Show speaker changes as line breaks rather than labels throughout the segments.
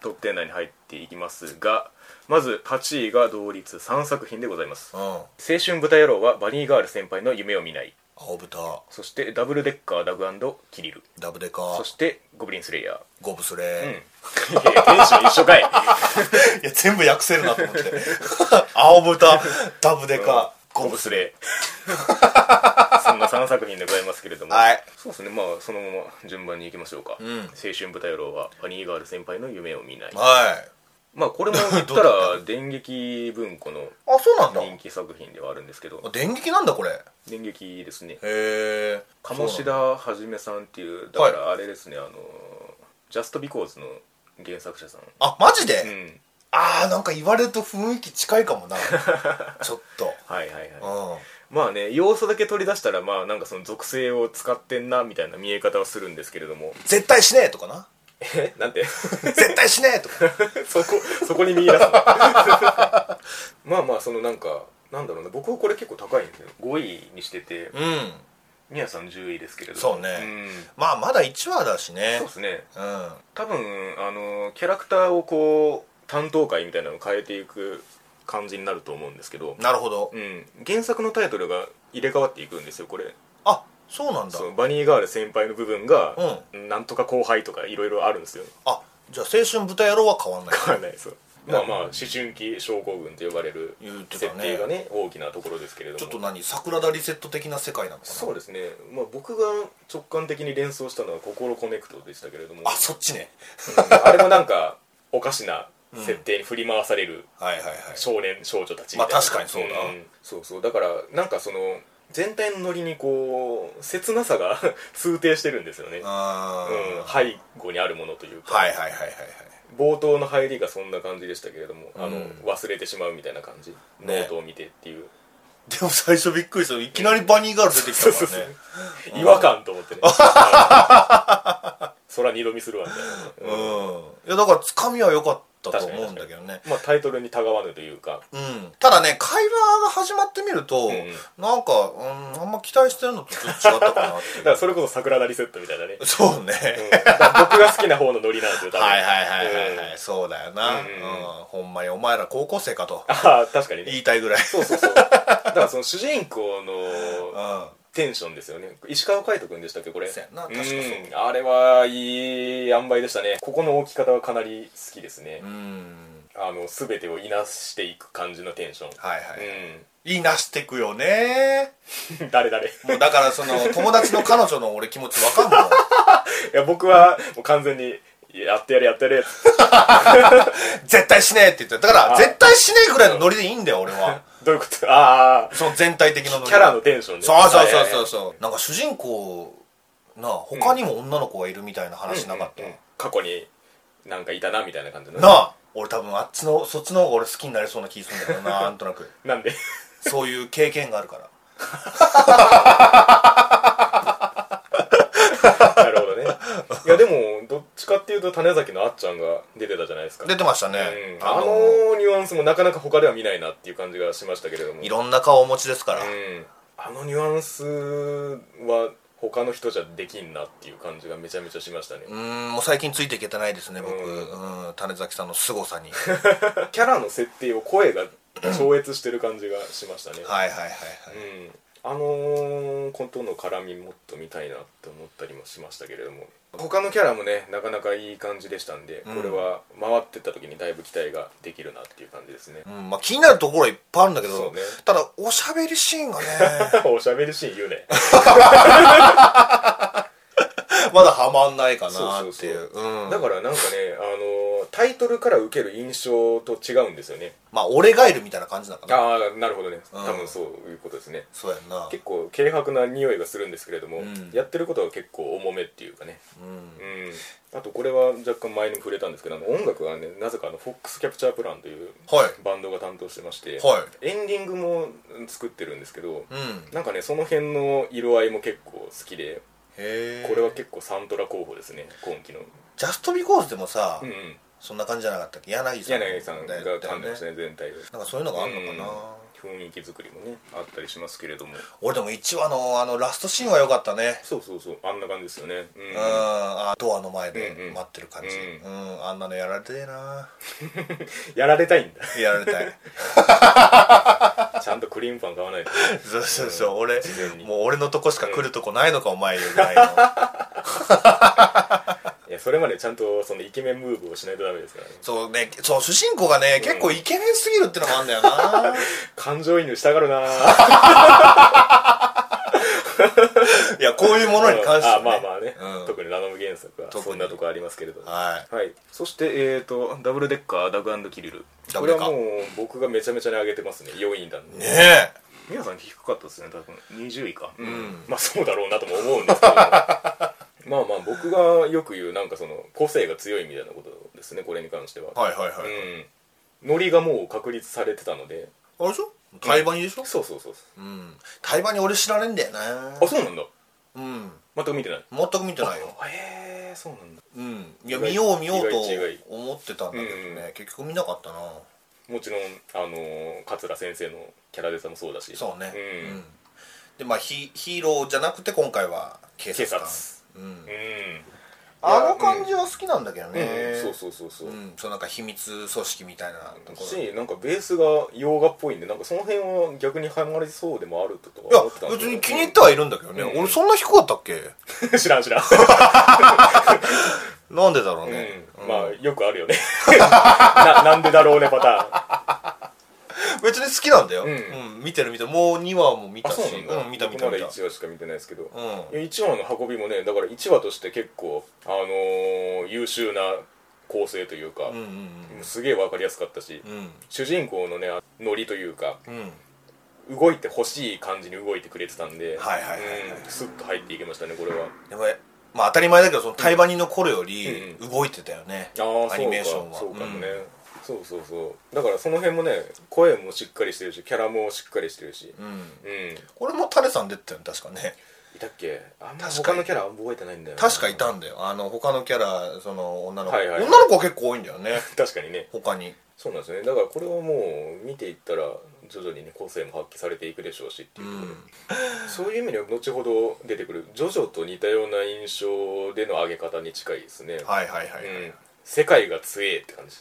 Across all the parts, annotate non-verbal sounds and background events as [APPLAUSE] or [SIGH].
トップ10内に入っていきますがまず8位が同率3作品でございます
うん青
「青春豚野郎」はバニーガール先輩の夢を見ない
豚
そしてダブルデッカーダグキリル
ダブデカ
そしてゴブリンスレイヤー
ゴブス
うん
レ、
いやいやテンション一緒か
[LAUGHS]
い
いや全部訳せるなと
[LAUGHS]
思って青豚ダブデカ、
ゴ
ゴブ
ブ
ス
ス
レ
レイそんな3作品でございますけれども、
はい
そうですねまあそのまま順番にいきましょうか「
ん
青春豚野郎」はバニーガール先輩の夢を見ない
はい
まあこれも言ったら電撃文庫の
あそうなんだ
人気作品ではあるん
[LAUGHS]
ですけ
あ
ど
電撃なんだこれへ
電撃ですね
え
鴨志
だ
田はじめさんっていうだからあれですね、あのジャストビコーズの原作者さん
あマジで、
うん
ああなんか言われると雰囲気近いか
[LAUGHS]
もなちょっと
はいはいはい、
う
まあね要素だけ取り出したらまあなんかその属性を使ってんなみたいな見え方はするんですけれども
ん絶対しねえとかな
え [LAUGHS] なんて
絶対しねえと
[LAUGHS]
か
そこそこに見出すの [LAUGHS] まあまあそのなんかなんだろうな僕はこれ結構高いんですよ5位にしてて
うん
宮さん10位ですけれども
そうねまあまだ1話だし
うん、
ね
そうですね
うんは
多分あのキャラクターをこう担当会みたいなのを変えていく感じになると思うんですけど
い、なるほど
うん、原作のタイトルが入れ替わっていくんですよこれ
あそうなんだ
そうバニーガール先輩の部分が、なんとか後輩とかいろいろあるんですよ [LAUGHS]
あじゃあ青春豚野郎は変わんない
変わらないですよまあまあ思春期症候群と呼ばれる
言うてた
設
ね
定がね大きなところですけれども
ちょっと何桜田リセット的な世界なのかな
そうですね、まあ、僕が直感的に連想したのは「心コネクト」でしたけれども
あそっちね
うんあれもなんかおかしな設定に振り回される
はいはいはい
少年少女たち
まあ確かにそうだ
んそうそうだからなんかその全体のノリにこう切なさが [LAUGHS] 通底してるんですよね、うん、
あー
背後にあるものというか、
はいはいはいはいはい
冒頭の入りがそんな感じでしたけれども、あ
う
の
ん
忘れてしまうみたいな感じ、ノートを見てっていう
でも最初びっくりしたいきなりバニーガール出てきた
[LAUGHS] そう
か
そ
ら
う
ね
そう違和感と思 [LAUGHS] ってねそら二度見するわみたいな、うん
うんいやだからつかみは良かったと思うんだけどね
まあ、タイトルにたがわぬというか
うん、ただね会話が始まってみる
ん
と、
うん
なんか、うん、あんま期待してるのとちょっと違ったかなっ
だか
てい
らそれこそ桜田リセットみたいなね、 [LAUGHS]
うそうね、
うんだから僕が好きな方のノリなんですよ多分
はいはいはいはいはい、
うん
そうだよな、
うんうん
うんほんまにお前ら高校生かと
ああ確かにね
言いたいぐらい、
そうそうそうだからその主人公の
うん、
テンションですよね石川海人君でしたっけこれ
そうやな確かそうん
あれはいい塩梅でしたねここの置き方はかなり好きですね
う、ん
あの全てをいなしていく感じのテンション、
はいはい、言いなしてくよね
うん [LAUGHS] 誰誰い
もうだからその友達の彼女の俺気持ちわかんの [LAUGHS]
や僕はもう完全にやってやれやってやれ
絶対しねえって言ってだから
あ
絶対しねえぐらいのノリでいいんだよ俺は
どういうことああ
その全体的なノリ
キャラのテンションね
そうそうそう
はいはい
そ
は
う
い
そうなんか主人公な他にも女の子がいるみたいな話なかった、
うんうんうん過去になんかいたなみたいな感じの
なあ俺多分あっちのそっちの方が俺好きになりそうな気するんだ
[LAUGHS]
よななんとなく
なんで
そういう経験があるから
なるほ
[LAUGHS]
どねいやでもどっちかっていうと種崎のあっちゃんが出てたじゃないですか
出てましたね、
うん
あ
あ
の
のニュアンスもなかなか他では見ないなっていう感じがしましたけれども
いろんな顔をお持ちですから、
うんあのニュアンスは他の人じゃできんなっていう感じがめちゃめちゃしましたね、
うーんもう最近ついていけてないですね僕、う
うん
ん種崎さんの凄さに
キャラの設定を声が超越してる感じがしましたね、
はいはいはいはい、
うんあのー、ことの絡みもっと見たいなって思ったりもしましたけれども他のキャラもねなかなかいい感じでしたんで、
うん
これは回ってった時にだいぶ期待ができるなっていう感じですね、
うんまあ、気になるところはいっぱいあるんだけ
そ
ど、
うね
ただおしゃべりシーンがね
[LAUGHS] おしゃべりシーン言うね
まだはまんないか
そ
な
う
っ
そ
て
う
い
そう
ううん
だからなんかね、あのータイトルから受ける印象と違うんですよね
まあ俺がいるみたいな感じなのかな
ああなるほどね
うん
多分そういうことですね、
そうやんな
結構軽薄な匂いがするんですけれども、
うん
やってることは結構重めっていうかね
うん
うんあとこれは若干前にも触れたんですけどあの音楽はねなぜかあのフォックスキャプチャープランという
はい
バンドが担当してまして、
は
エンディングもうん作ってるんですけど、
いうん
なんかねその辺の色合いも結構好きで
へえ
これは結構サントラ候補ですね今期の
ジャストビコーズでもさ、
うんうん
そんな感じじゃなかったっけ柳さん
柳井さんが噛んでましたね全体を
なんかそういうのがあるのかな、
うん雰囲気作りもねあったりしますけれども
俺でも1話のあのラストシーンは良かったね
そうそうそうあんな感じですよねうん
うん、あドアの前で
うん
待ってる感じ、う
うん
あんなのやられてえな
やられたいんだ
やられたい
ちゃんとクリームパン買わないと
そうそうそう俺
事前に
もう俺のとこしか来るとこないのかお前よぐらいの
いやそれまでちゃんとそのイケメンムーブをしないとダメですからね
[LAUGHS] そうねそう主人公がね結構イケメンすぎるってのもあんだよな
感情移入したがる
[LAUGHS]
なぁ
いやこういうものに関しては
あ
ね
まあまあね、
うん
特にラノム原作は
特に
そんなとこありますけれども
はい
はい、そして、えー、とダブルデッカーダグキリル
ダ
こ
ブ
れ
デカ
はもう僕がめちゃめちゃに上げてますね4位なんで、
ねえ
皆さん低かったですね多分20位か、うんまあそうだろうなとも思うんですけど [LAUGHS] まあまあ僕がよく言うなんかその個性が強いみたいなことですねこれに関しては、
はいはいはい、
うんノリがもう確立されてたので
あれでしょ台場にでしょ、
そうそうそうそう
うん、台場に俺知られんだよね
あそうなんだ
うん
全く見てない
全く見てないよ、
あへえそうなんだ
うん、いや
意外
見よう見よう
意
と
外違い
思ってたんだけどね、
う
結局見なかったな
もちろんあのー桂先生のキャラデザもそうだし
そうね
うん
でまあヒヒーローじゃなくて今回は警察官
警
うん
う、ん
あの感じは好きなんだけどね、
うんそうそうそうそう、
うんそうなんか秘密組織みたいなところい
しなんかベースが洋画っぽいんでなんかその辺は逆にハマりそうでもあるとか思ってた
や
んですけ
別
ど
に気に入ってはいるんだけどね、
うん
俺そんな低かったっけ
[LAUGHS] 知らん知らん、
なんでだろう
うん
ね、うん
まあよくあるよね [LAUGHS] ななんでだろうねパタ
別に好きなんだよ、う
うんん
見てる見てるもう2話も見
ーン
たしうん見た見
僕
た
ま
見
だ
た
1話しか見てないですけど、
うん
いや1話の運びもねだから1話として結構、あのー優秀な構成というか、
うんうん
すげえわかりやすかったし、
うん
主人公のねあノリというか
うんうん
動いてほしい感じに動いてくれてたんで、
はいはいはいはい
うんスッと入っていきましたねこれは
でもまあ当たり前だけどその対話人の頃より
う
動いてたよね、
ああ
アニメーションは
そうかそうかもね、そうそうそうだからその辺もね声もしっかりしてるしキャラもしっかりしてるし
うん
うん
これもタレさん出てたよね確かね
いたっけあんま
確か
他
に
のキャラ覚えてないんだよな
確かいたんだよあの他のキャラその女の子、
はいはい
女の子は結構多いんだよね
確かにね
他に
そうなんですよねだからこれはもう見ていったら徐々にね個性も発揮されていくでしょうしっていうところ、そういう意味では後ほど出てくるジョジョと似たような印象での上げ方に近いですね、
はいはいはい、
うん世界が強えって感じ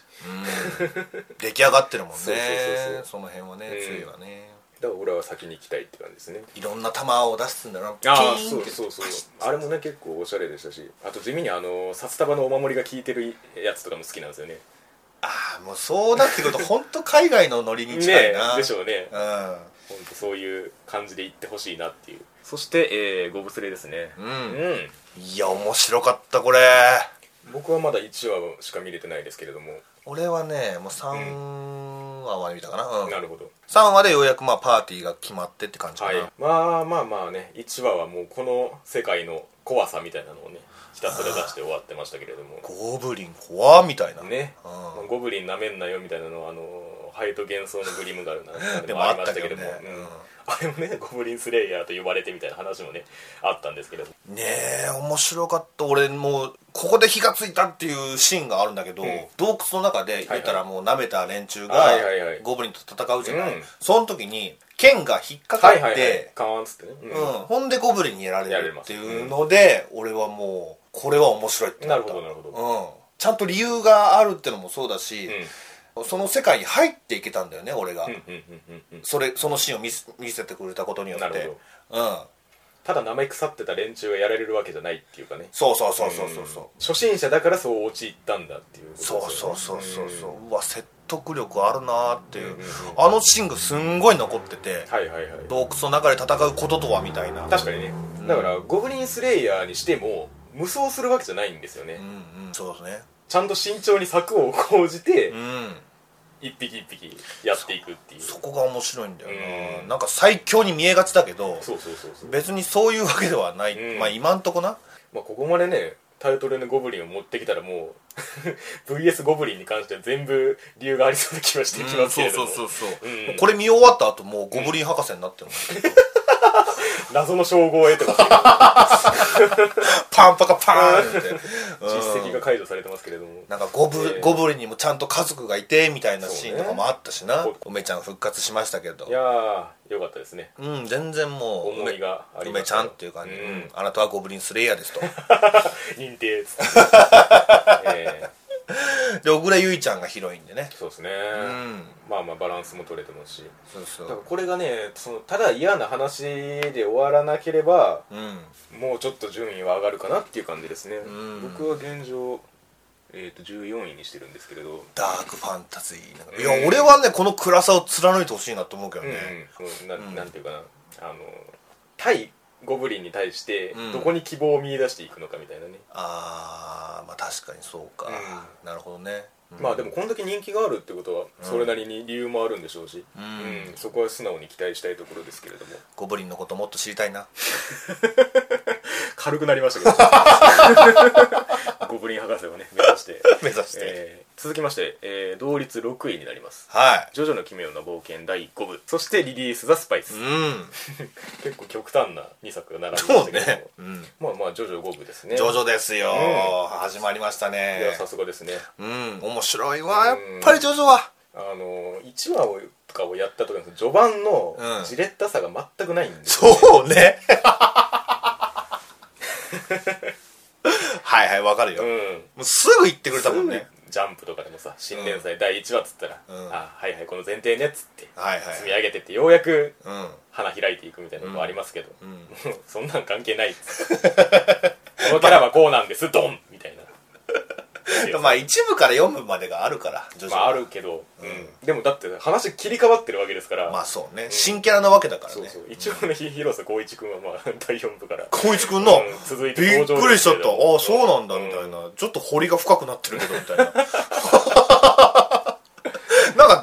出来上がってるもんねそ
そうそうそうそう
の辺はね
うん
強いわね、
だから俺は先に行きたいって感じですね
いろんな弾を出すんだな
ああ
ピー
そ
ンっ
う
て
そうそうあれもね結構おしゃれでしたしあと地味にあの札束のお守りが効いてるやつとかも好きなんですよね
ああもうそうだってくると本当海外のノリに近い
ね
な、
えでしょうね
う
本当そういう感じで行ってほしいなっていうそして、えー、ゴブスレーですね
ん、うん
うん
いや面白かったこれ
僕はまだ1話しか見れてないですけれども
俺はねもう3話まで見たかな,、うん、
なるほど
3話でようやくまあパーティーが決まってって感じか
は
な、
いまあまあまあね1話はもうこの世界の怖さみたいなのをねひたすら出して終わってましたけれども
ゴブリン怖っみたいな、
ね
うん
まあゴブリンなめんなよみたいなのはあのハエと幻想のグリムガルな
[LAUGHS] で
で
も
も
あ
あ
っ
り
た
ました
け
け
ど
ど
ね
も、うんあれもねゴブリンスレイヤーと呼ばれてみたいな話もねあったんですけれど
ねえ面白かった俺もうここで火がついたっていうシーンがあるんだけど、
ん
洞窟の中で言ったらもう舐めた連中が
はいはいはい
ゴブリンと戦うじゃない、
うん
その時に剣が引っかかって、
カーンっつってね、うん
うん、ほんでゴブリンにやられ
やられ
る
ま
っ
す
ていうので、俺はもうこれは面白いって
な
なっ
る
た
ほどなるほど、
うん、ちゃんと理由があるってのもそうだし、
う
その世界に入っていけたんだよね俺が、
んうんうんうんうん
それそのシーンを見せ見せてくれたことによって
なる
うん、
ただ名前腐ってた連中がやられるわけじゃないっていうかね
そうそうそうそうそうそう、
ん初心者だからそう陥ったんだっていうことですよ
そ
ね
うそうそうそうそう、うわ説得力あるなーっていう、
うんうんうん
あのシーンがすんごい残ってて、
はいはいはい
洞窟の中で戦うこととはみたいな
確かにねだからゴブリンスレイヤーにしても無双するわけじゃないんですよね、
うんうんそうですね
ちゃんと慎重に策を講じて
うん
一匹一匹やっていくっていう
そ
そう
こが面白いんだよな、
うん
なんか最強に見えがちだけど
そうそうそう、
別にそういうわけではない、
うん
まあ今んとこな
まあ、ここまでねタイトルのゴブリンを持ってきたらもう [LAUGHS] VS ゴブリンに関しては全部理由がありそうな気はしてきますけれども、
うんそうそうそうそ
う
う、
ん
もうこれ見終わった後もうゴブリン博士になってるもん、
謎の称号を得てますけ
パンパカパー [LAUGHS] ンって
[LAUGHS] ど実績が解除されてますけれども
なんかゴブ,、
ええ
ゴブリンにもちゃんと家族がいてみたいなシーンとかもあったしな、
そうね
梅ちゃん復活しましたけど
いやーよかったですね
うん全然もう
思いがありま
梅
し
ち
た
ゃんっていう感じ、うんあなたはゴブリンスレイヤーですと [LAUGHS]
認定っ [LAUGHS] つって、え
で小倉唯衣ちゃんがヒロインでね
ーそうですね、
うん
まあまあバランスも取れてますし
そうそ
だから
う
これがねそのただ嫌な話で終わらなければ
うん
もうちょっと順位は上がるかなっていう感じですね、
ん
僕は現状、えー、と14位にしてるんですけれど
ダークファンタジーなんかい
え
や
え
俺はねこの暗さを貫いてほしいなと思うけど
うん、
ね、
そのななんていうかなあの対ゴブリンに対して
うん
どこに希望を見出していくのかみたいなね、
ああまあ確かにそうか、
う
なるほどね、うん
まあでもこんだけ人気があるってことはそれなりに理由もあるんでしょうし、
うん
うんそこは素直に期待したいところですけれども
ゴブリンのこともっと知りたいな
軽くなりました [LAUGHS] けどゴブリン博士をね [LAUGHS] 目指して、
目指して、
えー続きまして、えー同率6位になります
はい
「ジョジョの奇妙な冒険」第5部そしてリリース「ザ・スパイス
う」ん
結構極端な2作が並びましたけ
そう
ども、
ね、うん、
まあまあジョジョ5部ですね
ジョジョですよ、
う
始まりました
いや
ね
さすがですね
うん面白いわやっぱりジョジョは
あの1話をとかをやった時の序盤の
うん
じれったさが全くないんですよね、
そうねはいはいわかるよ、も
うん
うすぐ言ってくれたもんね
ジャンプとかでもさ新連載第1話っつったら、
うん
あはいはいこの前提ねっつって
はいはい
積み上げてってようやく
うん
花開いていくみたいなのもありますけど、
うん
[LAUGHS] そんなん関係ないっつってこのキャラはこうなんですドンみたいな
まあ一部から4部までがあるからジョジョ
ま
は
ああるけど、うんでもだって話切り替わってるわけですから、
まあそうね、新キャラなわけだから
そ
ね
うそう一応ね広瀬光一君はまあ [LAUGHS] 第4部から
光一君の、
うん続いて
びっ
登場
くりしちゃったああそうなんだ
うん
みたいな、ちょっと彫りが深くなってるけどみたいな [LAUGHS] なんか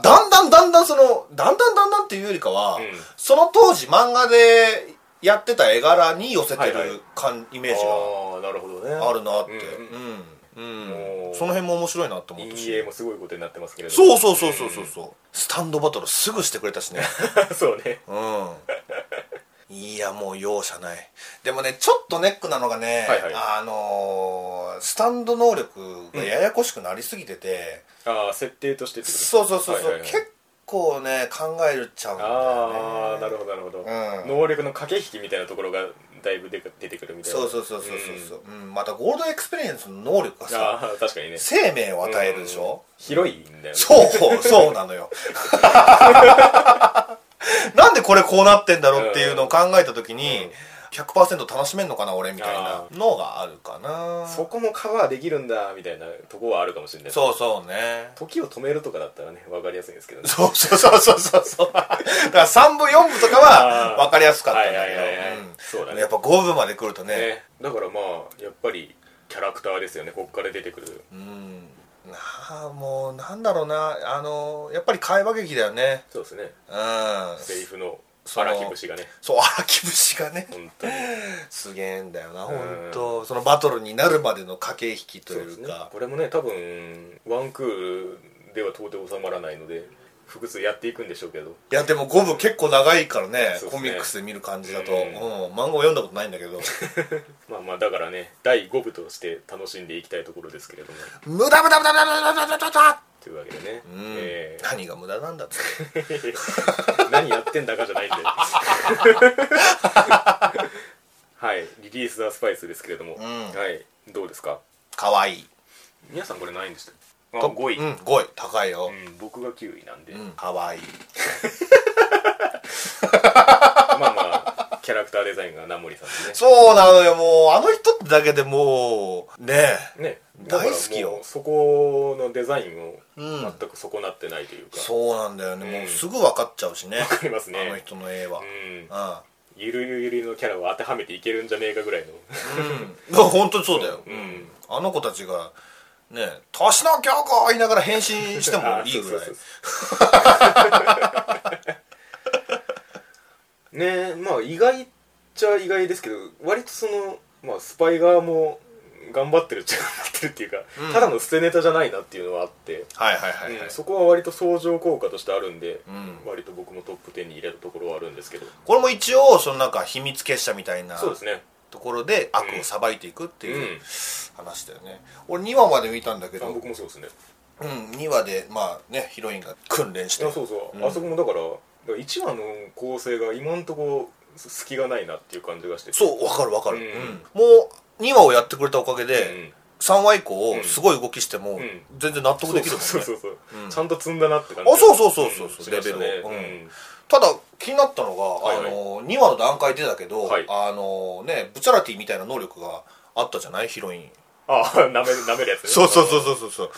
だんだんだんだんそのだんだんだんだんっていうよりかは、
うん
その当時漫画でやってた絵柄に寄せてる
はいはい
感、イメージ
ああなるほどね
があるなって
うん
うん、
お
うん
ー
その辺も面白いなと思ったし
EA もすごいことになってますけれど
そうそうそうそうそうそう、スタンドバトルすぐしてくれたしね
うん [LAUGHS] そうね
うん、いやもう容赦ないでもねちょっとネックなのがね、
はいはい
あのースタンド能力がややこしくなりすぎてて、
ああ設定としてってこと
そうそうそうそう、
はいはいはい
結構ね考えるちゃうんだよ
あ
ね
あなるほどなるほど、
ん
能力の駆け引きみたいなところがだいぶでか出てくるみたいな
そうそうそうそうそう、うんまたゴールドエクスペリエンスの能力が
うん
さ
ああ確かにね
生命を与えるでしょ、
うん広いんだよね
そうそうな
[LAUGHS]
のよなんでこれこうなってんだろうっていうのを考えた時に、100%楽しめんのかな俺みたいなのがあるかな
そこもカバーできるんだみたいなとこはあるかもしれない
そうそうね。
時を止めるとかだったらね分かりやすいんですけどね
そうそうそうそうそうそう。だから3部4部とかは
あー
分かりやすかったんだ
はいはいはいはい
け
そ
ど
うだ
うん、
ね
やっぱ5部まで来るとね
ねだからまあやっぱりキャラクターですよねこっから出てくる
うんなあもうなんだろうなあのやっぱり会話劇だよね
そうですね
うん
セリフの
その
荒木節がね
そう荒木節がね
本当に
すげえんだよな本当そのバトルになるまでの駆け引きと
そう
い
です
う
ね
か
これもね多分ワンクールでは到底収まらないので複数やっていくんでしょうけど
いやでも5部結構長いからね
そうですね
コミックスで見る感じだと、
う
うんん漫画を読んだことないんだけど
まあまあだからね第5部として楽しんでいきたいところですけれども
無駄無駄無駄無駄無駄無駄無駄無駄
というわけでね、
うん
え
何が無駄なんだっつって
ー [LAUGHS] 何やってんだかじゃないんではいリリース・ザ・スパイスですけれども、
ん
はいどうですか
可愛い
皆さんこれないんでしたあ5位、
うん5位高いよ
うん僕が9位なんで、
うん可愛い
まあまあキャラクターデザインが名森さんでね
そうなのよもうあの人ってだけでもうねえ
ね
大好
だ
きよ
からもうそこのデザインを
うん
全く損なってないというか、わ
そうなんだよね、
うん
もうすぐ分かっちゃうしね
かります
あの
ね
人の絵は
う、ん
う
ゆるゆるゆるのキャラを当てはめていけるんじゃねえかぐらいの
ん、うん、本当にそうだよ、
うん
うんあの子たちがねえ「年の京子!」言いながら変身してもいいぐら
[LAUGHS] あそうそう
い
[LAUGHS] そうねえまあ意外っちゃ意外ですけど割とその、まあ、スパイ側も頑張ってるっちゃ頑張ってるっていうか、
うん
ただの捨てネタじゃないなっていうのはあって、
はいはいはいはい
うんそこは割と相乗効果としてあるんで、
うん
割と僕もトップ10に入れたところはあるんですけど
これも一応そのなんか秘密結社みたいな
そうですね
ところで悪を裁いていくっていううん話だよね、俺2話まで見たんだけ
あ
ど、
僕もそうですね
うん、2話でまあねヒロインが訓練し
い
て
やそうそう、
うん
あそこもだから1話の構成が今んとこ隙がないなっていう感じがして
そうわかるわかる、
うん
うんもう2話をやってくれたおかげ
う
で、
ん
三3話以降、
うん
すごい動きしても、
ん
全然納得できるもんね
そうそうそうそう、
うん
ちゃんと積んだなって感じ
あそうそうそうそうそう、
し
レ
ま
ベ
し
ル
た
を、
ね
うんただ気になったのが、
はいはい
あの2話の段階でだけど、
はい
あのねブチャラティみたいな能力があったじゃないヒロイン
あ [LAUGHS] あなめなめるやつね
そうそうそうそうそうそう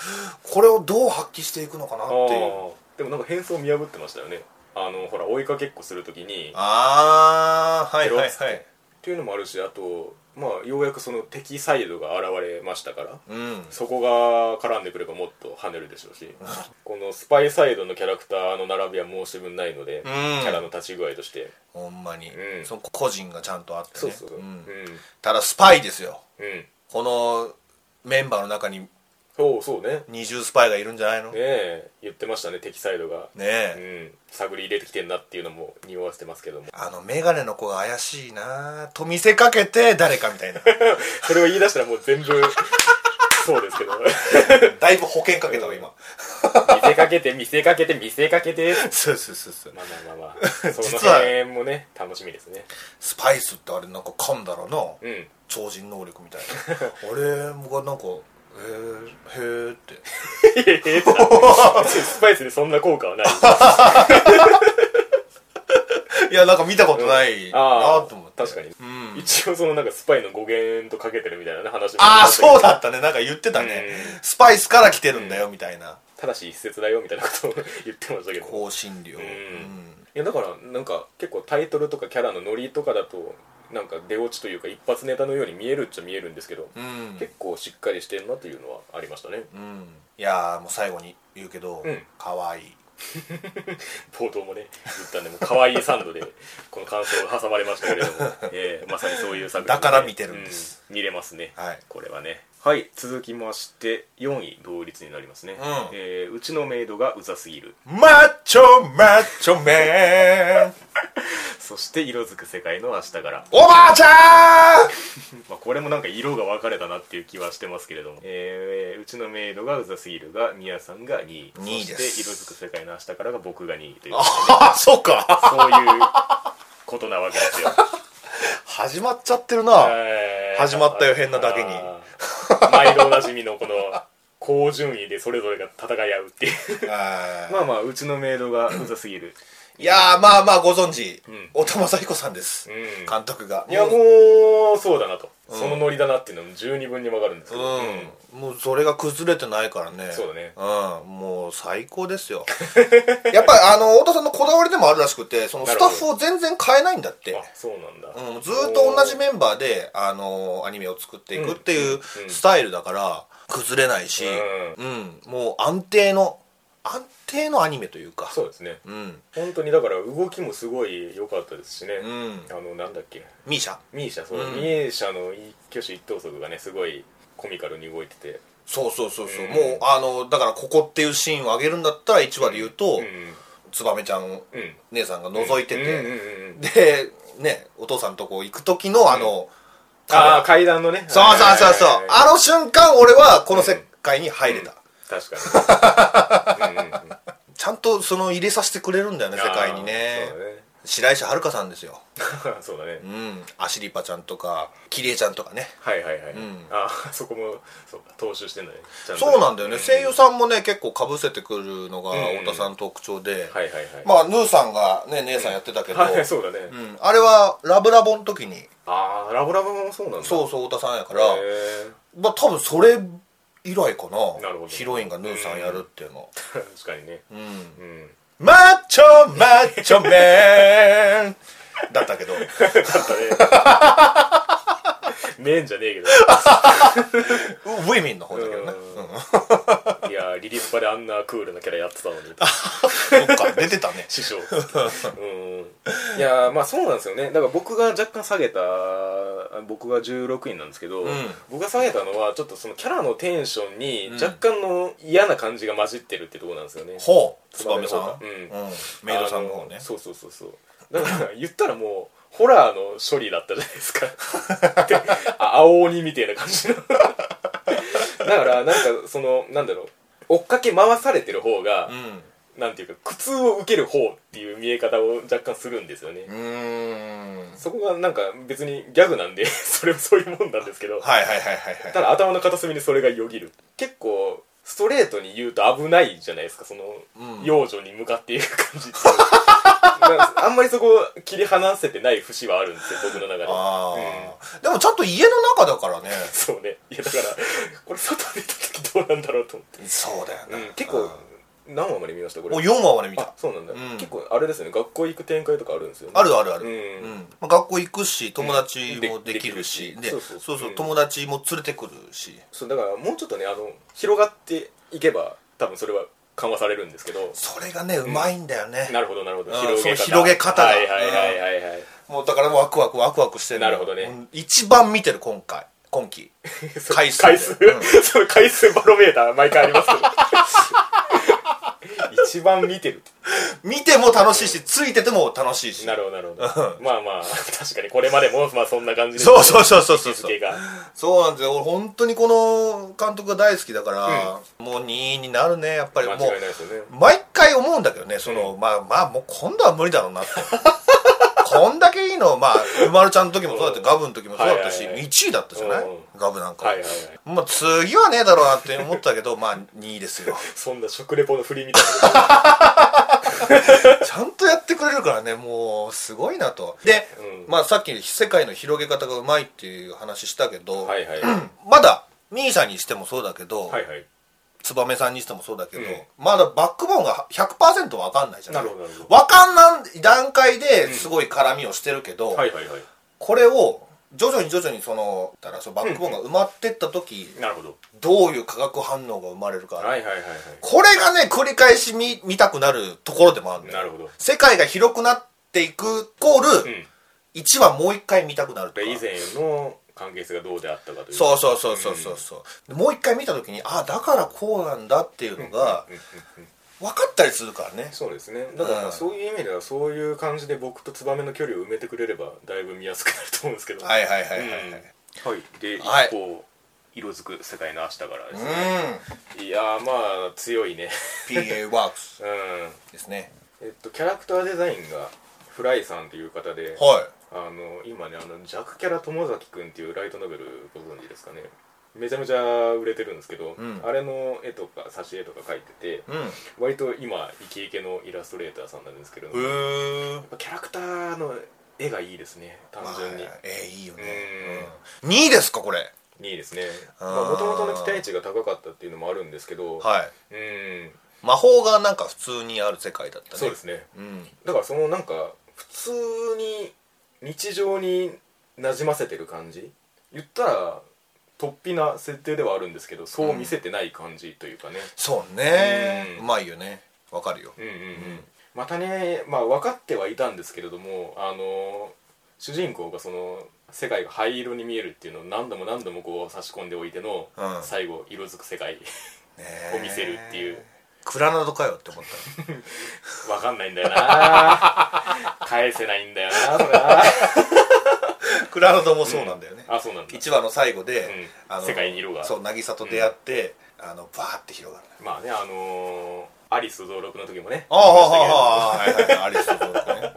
これをどう発揮していくのかなっていう
あーでもなんか変装見破ってましたよねあのほら追いかけっこするときにっ
ああはいは
ペ
いは
ロ
い
ていうのもあるしあとまあようやくその敵サイドが現れましたから
うん
そこが絡んでくればもっと跳ねるでしょうしこのスパイサイドのキャラクターの並びは申し分ないので、
ん
キャラの立ち具合として、
ほんまに、
うん
その個人がちゃんとあって、ね、
そうそうそううんん、
ただスパイですよ
うん、
このメンバーの中に
そうそうね
二重スパイがいるんじゃないの
ね
ね
え言ってましたね敵サイドが、う
え、
ん、探り入れてきてんなっていうのも匂わせてますけども
あのメガネの子が怪しいなと見せかけて誰かみたいな
それを言い出したらもう全部 [LAUGHS] そうですけど
だいぶ保険かけたわ今、
見せかけて見せかけて見せかけて
[LAUGHS] そうそうそうそう
まあまあまあまあその
実は
辺もね楽しみですね
スパイスってあれなんか噛んだらな、
うん [LAUGHS]
超人能力み [LAUGHS] たいなあれ僕はなんかへえへえって
スパイスでそんな効果はない
[LAUGHS] いやなんか見たことないな
あ
と思
あ
って、
確かに、
うん、
一応そのなんかスパイの語源とかけてるみたいなね話も
ああ
りま
そう
したけど
だったねなんか言ってたね
うん
スパイスから来てるんだよみたいな
ただし一説だよみたいなことを言ってましたけど
香辛料、うん
んいやだからなんか結構タイトルとかキャラのノリとかだとなんか出落ちというか一発ネタのように見えるっちゃ見えるんですけど、
うん
結構しっかりしてるなというのはありましたね
うんいやーもう最後に言うけど、
うん
かわいい
冒頭もね言ったんでもう可愛いサンドでこの感想が挟まれましたけれども、ええまさにそういう作品で
だから見てるんです、
う見れますね、
はい
これはねはい続きまして4位同率になりますね、
ん
えーうちのメイドがうざすぎる
マッチョマッチョ [LAUGHS] メン
そして色づく世界の明日から
おばあちゃん [LAUGHS]
まあ、これもなんか色が分かれたなっていう気はしてますけれども、えーうちのメイドがうざすぎるが宮さんが2位
二位です
そして色づく世界の明日からが僕が2位という
ああそうか
そういうことなわけ
[LAUGHS]
ですよ
始まっちゃってるな
えー
始まったよ変なだけに
あー毎度おなじみのこの高順位でそれぞれが戦い合うっていう
あー
まあまあうちのメイドがうざすぎる
いやーまあまあご存知、
ん
太田雅彦さんです、
うん
監督が
いやも
う
うそうだなと、そのノリだなっていうのも十二分に分かるんですけど、
うん、もうそれが崩れてないからね
そうだね
うんもう最高ですよ [LAUGHS] やっぱりあの太田さんのこだわりでもあるらしくてその
な
ス
る
タッ
ほど
フを全然変えないんだって
あそうなんだ、
うん、ずーっと同じメンバーで、あのーアニメを作っていくっていう
うんうん
スタイルだから崩れないし、
う
うんもう安定の安定のアニメというか
そうですね
うん
本当にだから動きもすごい良かったですしね、
うん
あのなんだっけ
ミーシャ
ミーシャそう、
うん
ミーシャの一挙手一投足がねすごいコミカルに動いてて
そうそうそうそう、
うん
もうあのだからここっていうシーンを上げるんだったら1話で言うと、
うん
ツバメちゃん
うん
姉さんが覗いてて、
うんうんうんうん
でねお父さんとこ行く時のあの、
ああ階段のね
そうそうそうそう、
はいはいはい
あの瞬間俺はこの世界に入れた、
確かにうんうんうん
ちゃんとその入れさせてくれるんだよね世界にね
あ
白石遥さんですよ
ーそうだね [LAUGHS] そうだね
うんアシリパちゃんとかキリエちゃんとかね
はいはいはい、
ん
ああそこもそうか踏襲してんだねちゃとね
そうなんだよね、声優さんもね結構かぶせてくるのが
うん
太田さん特徴で、
はいはいはい、
まあヌーさんがね姉さんやってたけど、
はいはいそうだね、
うんあれはラブラボの時に
ああラブラブもそうなんだ
そうそう太田さんやから、
へー
まあ多分それ以来か
な
な
るほど
ヒロインがヌーさんやるっていうの、
確かにね
うん
うん
マッチョマッチョメンだったけど
だったね。 [LAUGHS] メンじゃね
[LAUGHS]
えけど
ウィミンの方だけど
うん
ね、うん
いやーリリースパであんなクールなキャラやってたのに
そっか出てたね
師匠うんいやーまあそうなんですよねだから僕が若干下げた僕が16位なんですけど、
うん
僕が下げたのはちょっとそのキャラのテンションに若干の嫌な感じが混じってるってところなんですよね、
ほう燕さん、
うん
うんメイドさんの方ね
あそうそうそうそうだから言ったらもうホラーの処理だったじゃない
[LAUGHS]
ですかであ青鬼みたいな感じのだからなんかそのなんだろう追っかけ回されてる方が
う、ん
なんていうか苦痛を受ける方っていう見え方を若干するんですよね、
うーん
そこがなんか別にギャグなんで [LAUGHS] それもそういうもんなんですけど
はいはいはいはい
た
はい
だ頭の片隅にそれがよぎる結構ストレートに言うと危ないじゃないですかその、
うん
幼女に向かっていく感じって
[LAUGHS]
いうなんかあんまりそこ切り離せてない節はあるんですよ僕の中で
あ
うん
あ、でもちゃんと家の中だからね
そうねいやだからこれ外出た時どうなんだろうと思っ
そうだよ
て、
ね、
うん結構何話まで見ましたこれ
もう4話まで見
あ
た
そうなんだ、
うん
結構あれですよね学校行く展開とかあるんですよね
あるあるある、
うん
まあ学校行くし友達もできるし、
うんでできるし
で
そう
そ
そう
うそう
うん
友達も連れてくるし
そうだからもうちょっとねあの広がっていけば多分それは緩和されるんですけど
それがねうまいんだよね、
なるほどなるほど
あー
広げ方
そう広げ方が
はいはいはいはいはい
もうだからワクワクワクワクしてる
なるほどね
うん一番見てる今回今期
そう
回数
回数、
うん
その回数バロメーター毎回ありますけ
[LAUGHS]
ど一番見てる
見ても楽しいしついてても楽しいし
なるほどなるほどまあまあ確かにこれまでもまあそんな感じで
そうそうそうそうそう
日付が
そうなんですよ俺本当にこの監督が大好きだから、もう2位になるねやっぱり
間
も
違いうないですよね
毎回思うんだけどねその、まあまあもう今度は無理だろうなって [LAUGHS] こんだけいいのまあうまるちゃんの時もそうだってガブの時もそうだったし、
はいはいはい
1位だったじゃない、
うん
ガブなんか、
はいはいはい
まあ次はねえだろうなって思ったけどまあ2
[LAUGHS]
位ですよ
そんな食レポの振りみたいな
ちゃんとやってくれるからねもうすごいなとで、
うん
まあさっき世界の広げ方がうまいっていう話したけど、
はいはいは
まだミーシャにしてもそうだけど、
いはい
ツバメさんにしてもそうだけど、
うん
まだバックボーンが100%わかんないじゃない
なるほどなるほど
わかんない段階ですごい絡みをしてるけど、
はいはいはい
これを徐々に徐々にそのだからそのバックボーンが埋まってった時、
なるほど
どういう化学反応が生まれるか、
はいはいはいはい
これがね繰り返し見見たくなるところでもあるのよ
なるほど
世界が広くなっていくイコー
う
ル、
ん
一1話もう一回見たくなる
こ
とか
れ以前の関係性がどうであったかという
そうそうそうそうそうそうもう一回見た時にあだからこうなんだっていうのが
うんうんうん
分かったりするからね
そうですねだから
うん
そういう意味ではそういう感じで僕とツバメの距離を埋めてくれればだいぶ見やすくなると思うんですけど
はいいはいはいはいはい
はいで一
はい
方色づく世界の明日からで
う
す
ん
ね、いやーまあ強いね
PA ワークス
うん
ですね
えっとキャラクターデザインがフライさんという方で
は
あの今ねあの弱キャラ友崎くんっていうライトノベルご存知ですかねめちゃめちゃ売れてるんですけど、
うん
あれの絵とか挿絵とか描いてて
いうんへ
割と今イケイケのイラストレーターさんなんですけれども
え
やっぱキャラクターの絵がいいですね単純に、
えいいよね2位ですかこれ
いいですね
あ
ま
ー
あもともとの期待値が高かったっていうのもあるんですけど、
は
う
い
ん
魔法がなんか普通にある世界だったね
そうですね
うん
だからそのなんか普通に日常に馴染ませてる感じ言ったら突飛な設定ではあるんですけどそう見せてない感じというかね、
そうね
う
うんまいよねわかるよ
うんうんうんまたね、まあ、分かってはいたんですけれどもあの主人公がその世界が灰色に見えるっていうのを何度も何度もこう差し込んでおいての、
うん
最後色づく世界 [LAUGHS]
ね
を見せるっていう
クラナドかよって思った
分かんないんだよな返せないんだよなそれな
クラナドもそうなんだよね、
あそうなんだ
一話の最後で、
うん世界に色が
そう渚と出会って、あのバーって広がる
まあねあのーアリス登録の時もね
ああはいはいはいありそうね、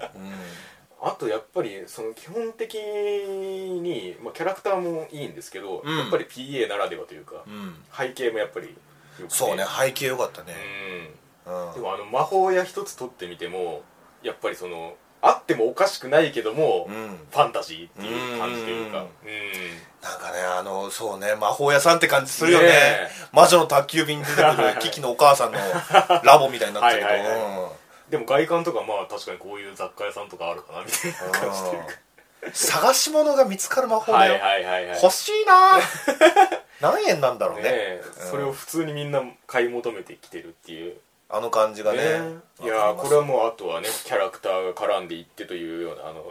あとやっぱりその基本的に、まあ、キャラクターもいいんですけど、
うん
やっぱり PA ならではというか、
うんうん、
背景もやっぱりよくて
そうね背景良かったね、うん
うんでもあの魔法や一つ取ってみてもやっぱりそのあってもおかしくないけども、
うん
ファンタジーっていう感じというか
うん
うん
なんかねあのそうね魔法屋さんって感じするよね
ね
魔女の宅急便に出てくる
[LAUGHS]
キキのお母さんのラボみたいになってるけど
はい [LAUGHS] はいはいでも外観とかまあ確かにこういう雑貨屋さんとかあるかなみたいな感じというか
うん探し物が見つかる魔法
は
だ
い
よ
はいはいはい
欲し
[LAUGHS]
いな何円なんだろう
ね
ね
え
うん
それを普通にみんな買い求めてきてるっていう
あの感じがね
いやーこれはもうあとはねキャラクターが絡んでいってというようなあの青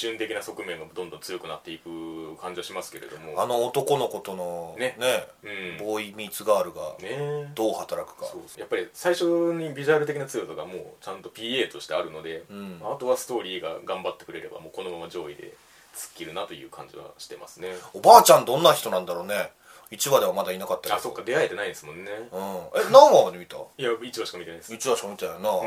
春的な側面がどんどん強くなっていく感じはしますけれども
あの男の子とのね
ねうん
ボーイミーツガールが
ね
どう働くか
そうそうやっぱり最初にビジュアル的な強さがもうちゃんと PA としてあるので、
うん
あとはストーリーが頑張ってくれればもうこのまま上位で突っ切るなという感じはしてますね
おばあちゃんどんな人なんだろうね1話ではまだいなかったけど
あそっか出会えてないですもんね
うんえ何話まで見た
いや一話しか見てないです、
1話しか見たよな、
うん
お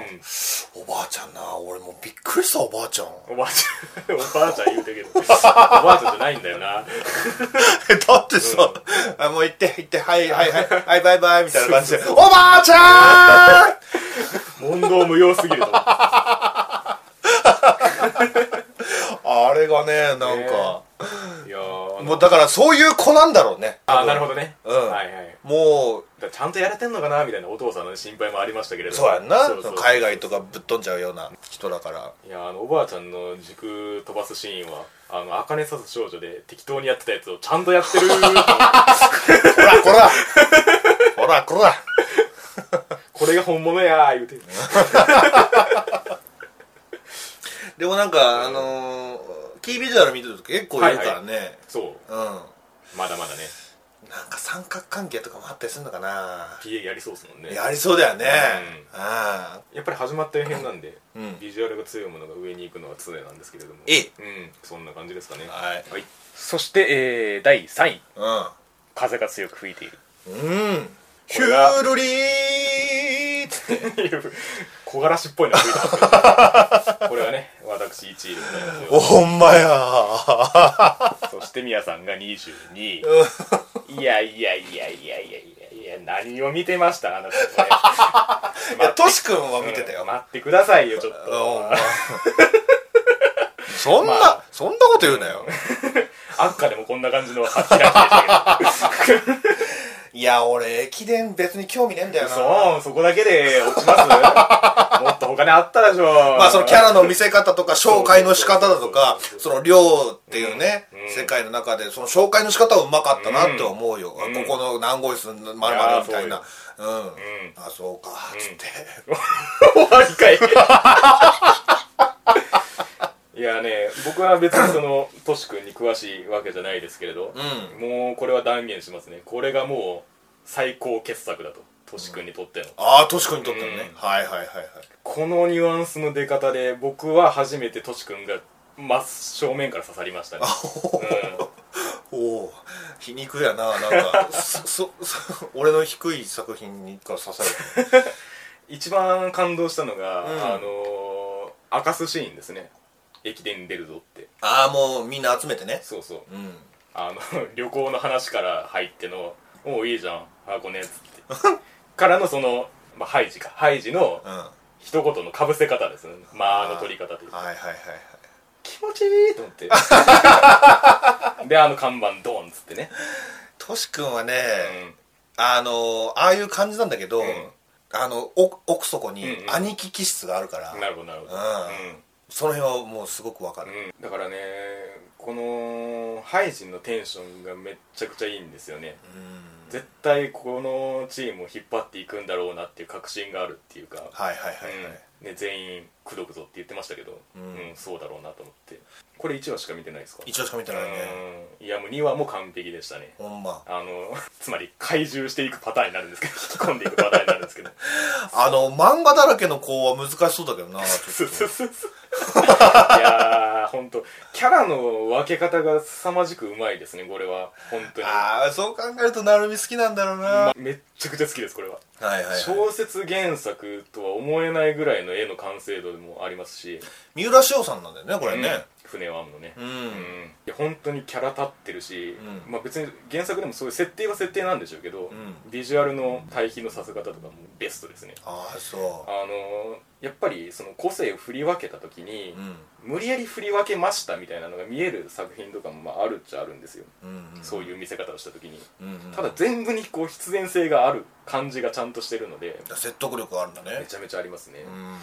ばあちゃんな俺もうびっくりしたおばあちゃん
おばあちゃん [LAUGHS] おばあちゃん言うてるけど [LAUGHS] おばあちゃんじゃないんだよな
[LAUGHS] だってさ、あもう行って行って [LAUGHS] はいはいはいはいバイバイみたいな感 [LAUGHS] じでおばあちゃん
問答無用すぎると思って
あれがねなんか、
いやーあの
もうだからそういう子なんだろうね
あなるほどね、
うん
はいはい
もう
だからちゃんとやれてんのかなみたいなお父さんの心配もありましたけれども
そうやんな
そうそう
海外とかぶっ飛んじゃうような人だから
いやあのおばあちゃんの軸飛ばすシーンはあの茜さす少女で適当にやってたやつをちゃんとやって [LAUGHS] る
こらこ [LAUGHS] らこらこら
これが本物やー言うて
でもなんか、あのーキービジュアル見てると結構いるからね、
そうまだまだね
うんなんか三角関係とかもあったりするのかな
PA やりそうですもんね
やりそうだよね
う
ああ
やっぱり始まった編なんで、
うん
ビジュアルが強いものが上に行くのが常なんですけれども
ええ
うんそんな感じですかね
はい
いそして、えー第3位風が強く吹いて [LAUGHS] いる
うんうんヒ
これ
ュ
が
ールリーっつって
木枯らしっぽいの吹いてますけ [LAUGHS] どこれはね私1位でございますよ
おほんまや
そしてみやさんが22いやいやいやいやいやいやいや何を見てましたあなたこれ
いやトシ君は見てたよ、
待ってくださいよちょっ
[LAUGHS] うんお
と
前そんな、
まあ
そんなこと言うなよ
悪化でもこんな感じのはっきりあったでしたけど
いや俺駅伝別に興味ねえん [LAUGHS] だよな
そうそこだけで落ちますもっと他にあったでしょ
まあそのキャラの見せ方とか紹介の仕方だとか
そう、
その量っていうね
うんうん、
世界の中でその紹介の仕方はうまかったなって思うよ。
ん
あここの何号室のまるみたい
いや
な。うん。
ん
あ、そうか、つって。
[LAUGHS] 終わりかいいやね僕は別にそのトシ君に詳しいわけじゃないですけれど、
う
もうこれは断言しますねこれがもう最高傑作だとトシ君にとっての、
ああ、としくにとってのね
う。ん
はいはいはいはい。
このニュアンスの出方で僕は初めてトシ君が真正面から刺さりましたね、う
お [LAUGHS] お皮肉やな、なんか、そ、そ、俺の低い作品にから刺さ
[LAUGHS]
れてる。
ん、一番感動したのが、
うん
あのー明かすシーンですね駅伝に出るぞって
ああ、もうみんな集めてね。
そうそう
うん。
あの [LAUGHS] 旅行の話から入っての「おういいじゃん箱根」っつ
[LAUGHS]
ってからのその、まあ、ハイジかハイジの
うん。は
一言のかぶせ方ですねまああの取り方という
い
か
はいはいはい。
気持ちいいと思って
[LAUGHS]
であの看板ドンっつってね、
としくんはね、
うん
あのああいう感じなんだけど、
ん
あのお奥底に
うんうん
兄貴気質があるから、
なるほどなるほど、
うんその辺はもうすごくわかる、
うんうんだからねこのハイジンのテンションがめっちゃくちゃいいんですよね、
うん
絶対このチームを引っ張っていくんだろうなっていう確信があるっていうか、
はいはいはいはい、
うんね、全員口説くぞって言ってましたけど、
う
うんんそうだろうなと思ってこれ1話しか見てないですか
一応しか見てないね、
うんいやもう2話も完璧でしたね
ほんま
あの [LAUGHS] つまり怪獣していくパターンになるんですけど引き込んでいくパターンになるんですけど
あの漫画だらけの子は難しそうだけどな
[LAUGHS]
ち
そ
ょ
う
っ
そうそうそう [LAUGHS] いやー本当キャラの分け方が凄まじくうまいですねこれは本当
と
に
ああそう考えるとなるみ好きなんだろうな、
まめっちゃくちゃ好きですこれは、
はいはい、はい、
小説原作とは思えないぐらいの絵の完成度でもありますし
三浦翔さんなんだよねこれね
うん船はあんのね
うん、
いや本当にキャラ立ってるし、
うん
まあ、別に原作でもそういう設定は設定なんでしょうけど、
ん
ビジュアルの対比のさせ方とかもベストですね
ああ
あ
そ
のーやっぱりその個性を振り分けた時に
う、うん
無理やり振り分けましたみたいなのが見える作品とかもまああるっちゃあるんですよ、
うんうん
そういう見せ方をした時に、
うんうん
ただ全部にこう必然性がある感じがちゃんとしてるので
説得力あるんだ
め
ね
ちゃめちゃありますね
う、ん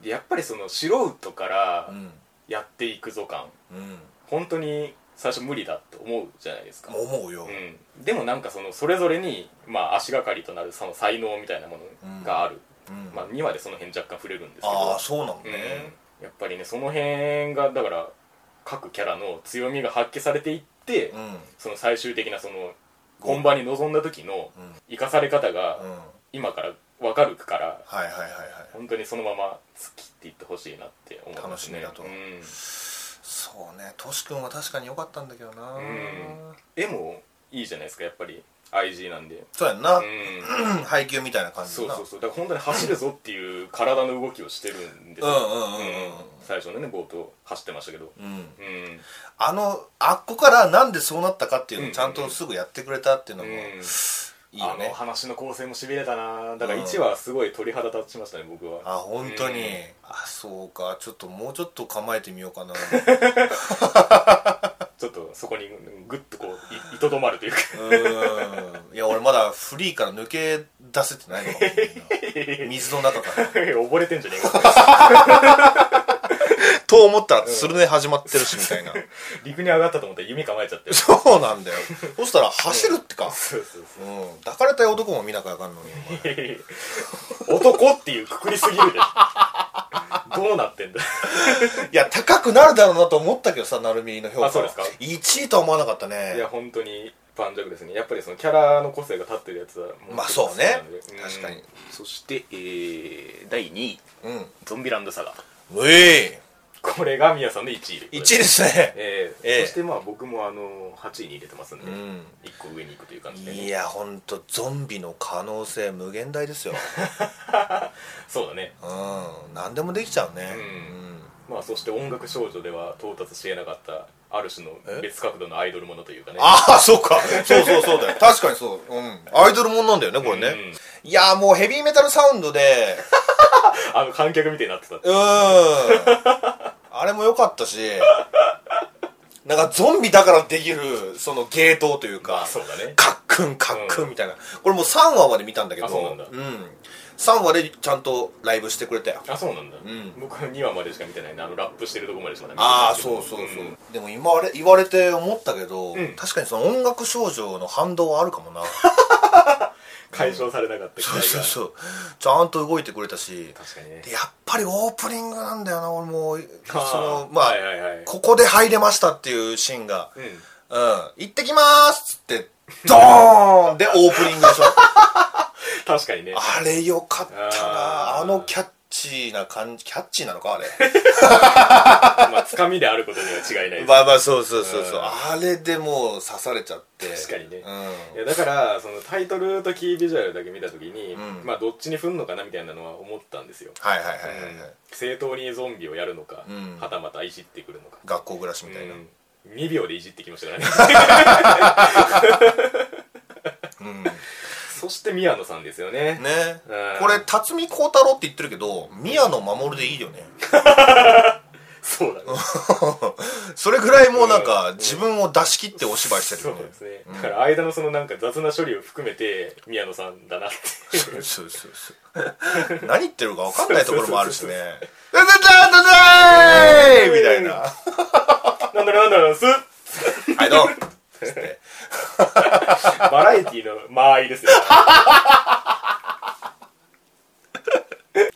でやっぱりその素人か
う
ら
ん
やっていくぞ感、
うん
本当に最初無理だと思うじゃないですか、
思うよ、
うん、でもなんかそのそれぞれに、まあ、足がかりとなるその才能みたいなものがある、
うん
まあ、2話でその辺若干触れるんですけど
ああそうなの
うん
ね、
やっぱりねその辺がだから各キャラの強みが発揮されていって、
うんうん
その最終的なその本番に臨んだ時の生かされ方が今から分かるから
はいはいはいはい
本当にそのまま突きっていってほしいなって思いますね
楽しみだと
うん
そうねトシ君は確かに良かったんだけどな、
うん絵もいいじゃないですかやっぱり IG なんで、
そうやんな、
う、
うんん、 [CLEARS THROAT] 配給みたいな感じ
そ
だ
う
な
そうそうだから本当に走るぞっていう体の動きをしてるんですよ、
うんうんうんうん
最初のね冒頭走ってましたけど
うん
うん
あのあっこからなんでそうなったかっていう
う
の
ん
をちゃんとすぐやってくれたっていうのも
うん
いいよ
あの
ね、
話の構成もしびれたなだから
うん
1話すごい鳥肌立ちましたね僕は
あ本当に、
うん
あそうかちょっともうちょっと構えてみようかな
ちょっとそこにグッとこういいとどまるというか
うんいや俺まだフリーから抜け出せてないのかもし [LAUGHS] れない水の中から
[LAUGHS] 溺れてんじゃねえかと
と思ったらするね始まってるしみたいな
陸に上がったと思ったら弓構えちゃってる
[LAUGHS] そうなんだよそしたら走るってか
そうそう
う
そ
ん、抱かれたい男も見なきゃあかんのにお前
う男っていうくくりすぎるでしょどうなってんだ
いや高くなるだろうなと思ったけどさなるみの評価
あそうですか
1位とは思わなかったね
いや本当に盤石ですねやっぱりそのキャラの個性が立ってるやつはも
まあそうね
好きなので
確かに
そして、えー、第2位
うん
ゾンビランドサガ
うえ
これが宮さんの1位で
い1位ですね
えー
ええ
そしてまあ僕もあの8位に入れてますんで、
う
一
ん
1個上に行くという感じで、
いやほんとゾンビの可能性無限大ですよ
そうだね
うん何でもできちゃう
う
ね
んまあそして音楽少女では到達しえなかったある種の
え
別角度のアイドルものというかね
ああそうかそうそうそうだよ [LAUGHS] 確かにそう、うん、アイドルもんなんだよねこれね、
うん
いやもうヘビーメタルサウンドで
あの観客みたいになってた
うーんあれも良かったしなんかゾンビだからできるそのゲートという
まあ
か
そうだね
カックンカックンみたいな、これもう3話まで見たんだけど
あそうなんだ
3話でちゃんとライブしてくれたよ
あそうなんだ、
ん
僕は2話までしか見てないねあのラップしてるとこまでしかまだ見てない
ああ
んですけど
そうそうそう、
ん
でも今あれ言われて思ったけど、
うん
確かにその音楽少女の反動はあるか
[LAUGHS]
もな
解消されなかった期待
そ
が
うそうそうちゃんと動いてくれたし
確かにね
でやっぱりオープニングなんだよな俺もうその
ー
まあ、
はいはいはい
ここで入れましたっていうシーンが、
う
うん、
ん
行ってきまーすっつって、ドーンでオープニングでしょ。
確かにね
あれよかったな
あ
あ
ー
のキャッチーな感じ、キャッチーなのかあれ。
まあつかみであることには違いないです
まあまあ、そうそうそうそう
ん
う。あれでもう刺されちゃって。
確かにねい
うん。
やだからそのタイトルとキービジュアルだけ見た時に、
うん
まあどっちに振んのかなみたいなのは思ったんですよ、
はいはいはいはいはい。
正当にゾンビをやるのか、
うん
はたまたいじってくるのか、
学校暮らしみたいな。
うん、2秒でいじってきましたからね
うん。
そして宮野さんですよね
ね
うん
これ、辰巳孝太郎って言ってるけど、宮野真守でいいよね。
そうだね
それぐらいもうなん
う
か
ん、
自分を出し切ってお芝居してる
そ
よ
う
ね。
ですね、
うん
だから間のそのなんか雑な処理を含めて宮野さんだなっていう
そうそうそう。何言ってるか分かんないところもあるしね。ダダダダダーみたいな。は
なんだろうなんだろうす
い、どうもつって
バラエティの間合いですよね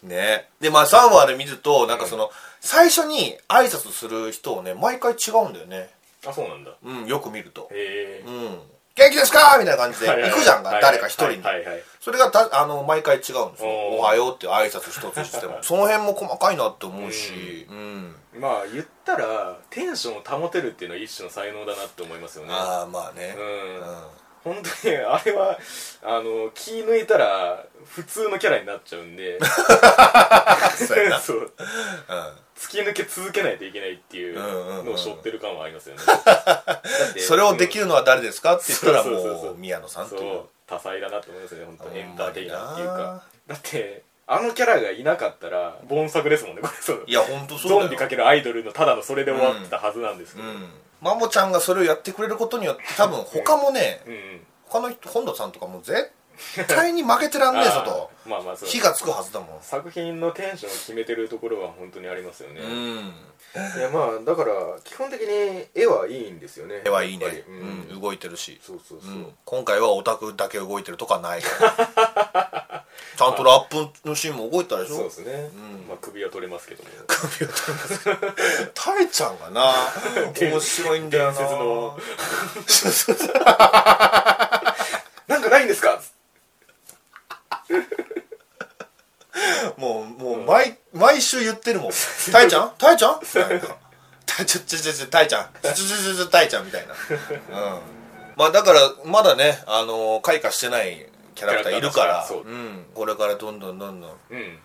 ねで、まあ3話で見ると、なんかその、最初に挨拶する人をね、毎回違うんだよね。
あそうなんだ
うん、よく見ると。
へえ
うん。元気ですかみたいな感じで、
はいはい
行くじゃんか、誰か一人に
は。いはい、はい
それがた、あの、毎回違うんですよ。
おー
おはようっていう挨拶一つしても。その辺も細かいなって思うし、うん。
まあ言ったらテンションを保てるっていうのは一種の才能だなって思いますよね
ああ、まあね
う。ん
うん
本当にあれはあの気抜いたら普通のキャラになっちゃうんで
そうやな。
そう
うん。
突き抜け続けないといけないっていう
うんうんうん
のを背負ってる感はありますよね
[LAUGHS] それをでき
る
るのは誰ですかって言ったら
そうそうそうそ
も
う
う宮野さんと
そ
いう
う多彩だなと思いますね本当にエンターテイナーっていう
ほんまに
か
な
だってあのキャラがいなかったら盆作ですもんねこれそう
いや本当そうだよ
ゾンビかけるアイドルのただのそれで終わってたはずなんですけ
う
ど、うん
んマモちゃんがそれをやってくれることによって多分他もね
うん
他の人本田さんとかも絶対に負けてらんねえぞと
あーまあまあそう
火がつくはずだもん
作品のテンションを決めてるところは本当にありますよね、
うん
いやまあだから基本的に絵はいいんですよね
絵はいいね
やっぱりうん
うん動いてるし
そうそうそう、
うん今回はオタクだけ動いてるとかないから [LAUGHS] ちゃんとラップのシーンも動いてたでし
そう
ょ
ですね、まあ首は取れますけども
首を取りますタイちゃん
[LAUGHS]
がな面白いんだよな
伝説の
そうそうそ
[LAUGHS] な
う
んかないんですか
もうもう毎,、毎週言ってるもん「タイちゃんタイちゃん?」みたいな「タイちゃんちょちょちょタイちゃんちょちょちょちょタイちゃん」みたいなうんまあだからまだねあのー開花してないキャラクターいるから
キャラクターそう
うん、これからどんどんどんどん
うん